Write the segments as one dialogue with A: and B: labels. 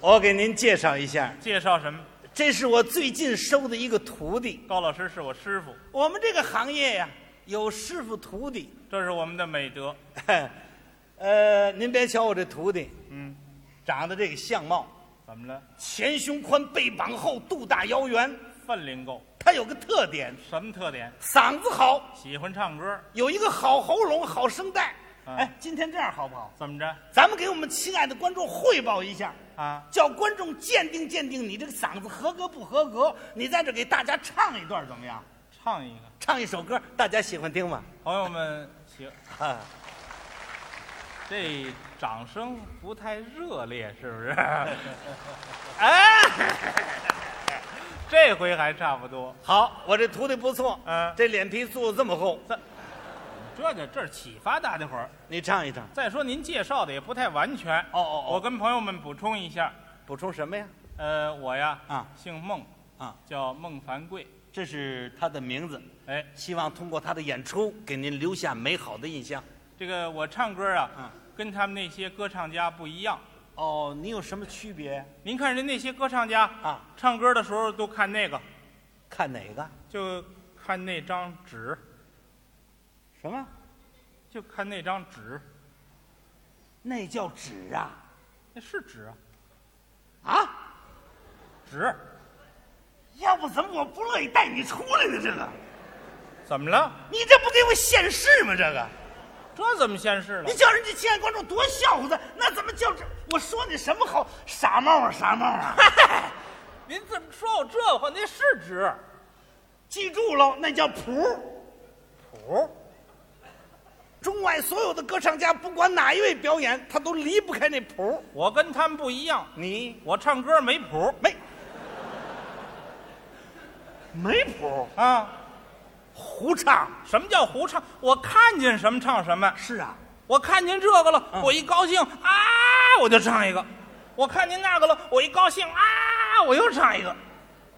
A: 我给您介绍一下，
B: 介绍什么？
A: 这是我最近收的一个徒弟。
B: 高老师是我师傅，
A: 我们这个行业呀、有师傅徒弟。
B: 这是我们的美德。
A: 呃，您别瞧我这徒弟
B: 嗯，
A: 长得这个相貌，
B: 怎么了？
A: 前胸宽，背膀厚，肚大腰圆，
B: 分量够。
A: 他有个特点，
B: 什么特点？
A: 嗓子好，
B: 喜欢唱歌。
A: 有一个好喉咙，好声带。
B: 嗯
A: 哎，今天这样好不好？
B: 怎么着？
A: 咱们给我们亲爱的观众汇报一下，
B: 啊，
A: 叫观众鉴定鉴定你这个嗓子合格不合格。你在这给大家唱一段怎么样？
B: 唱一个，
A: 唱一首歌，大家喜欢听吗？
B: 朋友们喜。
A: 啊，
B: 这掌声不太热烈，是不是？
A: 哎，
B: 这回还差不多。
A: 好，我这徒弟不错，
B: 嗯
A: 这脸皮做的这么厚，
B: 这就这儿启发大家伙儿。
A: 你唱一唱，
B: 再说您介绍的也不太完全。
A: 哦哦哦
B: 我跟朋友们补充一下，
A: 补充什么呀？
B: 呃，我呀，
A: 啊
B: 姓孟，
A: 啊，
B: 叫孟凡贵。
A: 这是他的名字，
B: 哎，
A: 希望通过他的演出给您留下美好的印象。
B: 这个我唱歌啊，
A: 嗯
B: 跟他们那些歌唱家不一样。
A: 哦，你有什么区别
B: 您看人那些歌唱家
A: 啊？
B: 唱歌的时候都看那个，
A: 看哪个？
B: 就看那张纸，
A: 什么？
B: 就看那张纸，
A: 那叫纸啊！
B: 那是纸啊，
A: 啊，
B: 纸。
A: 要不怎么我不乐意带你出来呢？这个，
B: 怎么了？
A: 你这不给我现世吗？这个，
B: 这怎么现世了
A: 你？叫人家亲爱观众多笑话他，那怎么叫这？我说你什么好傻帽啊傻帽啊！
B: 您怎么说我这话？那是纸
A: 记住喽，那叫谱。
B: 谱，
A: 中外所有的歌唱家，不管哪一位表演，他都离不开那谱。
B: 我跟他们不一样，
A: 你
B: 我唱歌没谱
A: 没没谱，
B: 啊。
A: 胡唱。
B: 什么叫胡唱？我看见什么唱什么。
A: 是啊，
B: 我看见这个了，我一高兴啊，我就唱一个；我看见那个了，我一高兴啊，我又唱一个。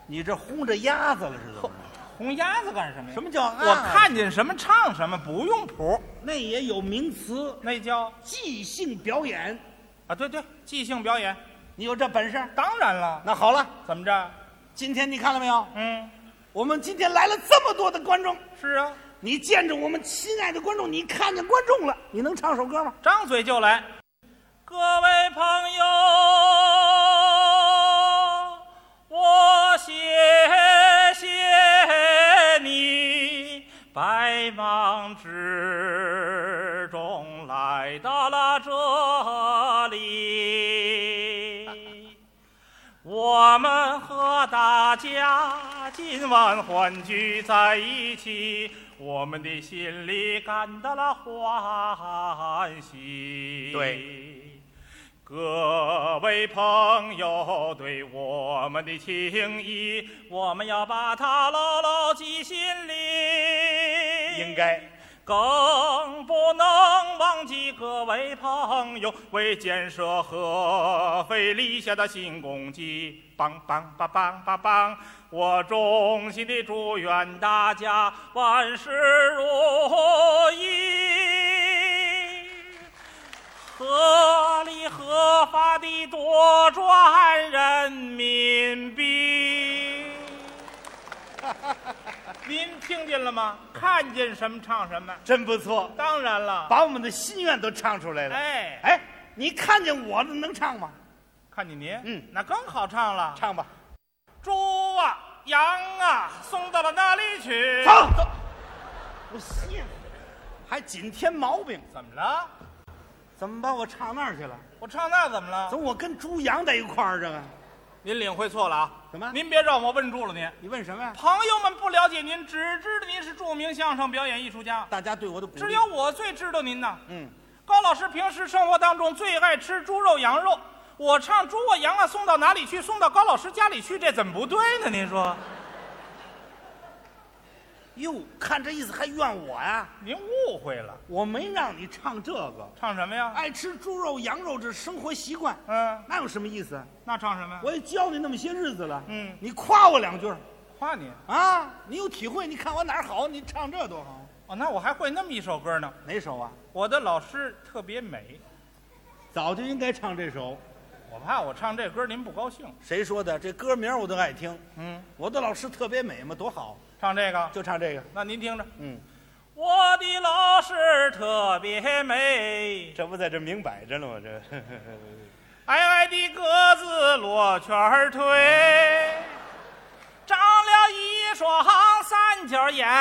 A: 你这轰着鸭子了是怎么着？
B: 红鸭子干什么呀？
A: 什么叫啊
B: 我看见什么唱什么，不用谱，
A: 那也有名词，
B: 那叫
A: 即兴表演。
B: 啊，对对，即兴表演。
A: 你有这本事？
B: 当然了，
A: 那好了，
B: 怎么着？
A: 今天你看了没有？
B: 嗯，
A: 我们今天来了这么多的观众，
B: 是啊，
A: 你见着我们亲爱的观众，你看见观众了，你能唱首歌吗？
B: 张嘴就来。各位朋友，我谢谢你，百忙之中来到了这里。我们和大家今晚欢聚在一起，我们的心里感到了欢喜。
A: 对，
B: 各位朋友对我们的情谊，我们要把它牢牢记心里。
A: 应该。
B: 更不能忘记各位朋友为建设合肥立下的新功绩。梆梆梆梆梆梆！我衷心的祝愿大家万事如意，合理合法的多赚人民币。 您听见了吗？看见什么唱什么。
A: 真不错，
B: 当然了，
A: 把我们的心愿都唱出来了。
B: 哎
A: 哎，你看见我的能唱吗？
B: 看见您，
A: 嗯
B: 那更好唱了。
A: 唱吧。
B: 猪啊，羊啊，送到了哪里去？
A: 走，走。我信，还紧添毛病，
B: 怎么了？
A: 怎么把我唱那儿去了？
B: 我唱那怎么了
A: 怎？么我跟猪羊在一块儿？这个，
B: 您领会错了啊！
A: 怎么
B: 您别让我问住了您。
A: 你问什么呀？
B: 朋友们不了解您，只知道您是著名相声表演艺术家，
A: 大家对我的鼓励
B: 只有我最知道您呐。
A: 嗯，
B: 高老师平时生活当中最爱吃猪肉、羊肉。我唱猪啊羊啊送到哪里去？送到高老师家里去，这怎么不对呢？您说，
A: 哟，看这意思还怨我呀？
B: 您误会了。哎
A: 我没让你唱这个，
B: 唱什么呀？
A: 爱吃猪肉、羊肉这生活习惯，
B: 嗯，
A: 那有什么意思？啊
B: 那唱什么呀？
A: 我也教你那么些日子了，
B: 嗯
A: 你夸我两句儿
B: 夸你
A: 啊，你有体会，你看我哪儿好，你唱这多好。
B: 哦，那我还会那么一首歌呢。
A: 哪首啊？
B: 我的老师特别美，
A: 早就应该唱这首。
B: 我怕我唱这歌您不高兴。
A: 谁说的？这歌名我都爱听。
B: 嗯，
A: 我的老师特别美嘛，多好，
B: 唱这个，
A: 就唱这个。
B: 那您听着，
A: 嗯，
B: 我的老师特别美，
A: 这不在这明摆着了吗？这
B: 矮矮的个子罗圈儿腿，长了一双三角眼，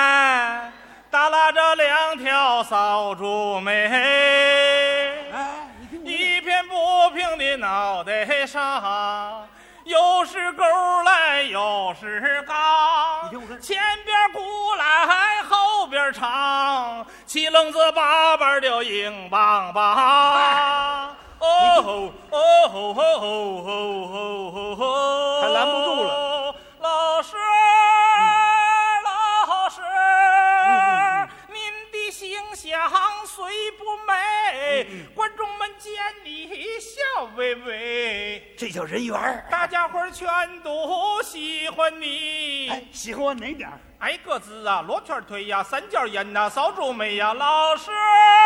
B: 耷拉着两条扫帚眉。
A: 哎，你听
B: 一片不平的脑袋上，有时沟来有时
A: 你
B: 杠
A: 听我跟，
B: 前边鼓来后边唱，七棱子八瓣的硬邦
A: 哎
B: 邦。哦吼哦吼吼吼吼吼吼！
A: 还拦不住了，
B: 老师，老师。
A: 嗯
B: 您的形象虽不
A: 嗯
B: 美，观众们见你笑微微，
A: 这叫人缘儿。
B: 大家伙儿全都喜欢你。
A: 哎，喜欢我哪点儿？
B: 矮个子啊，罗圈腿呀、三角眼呐、扫帚眉呀、老师，
A: 哎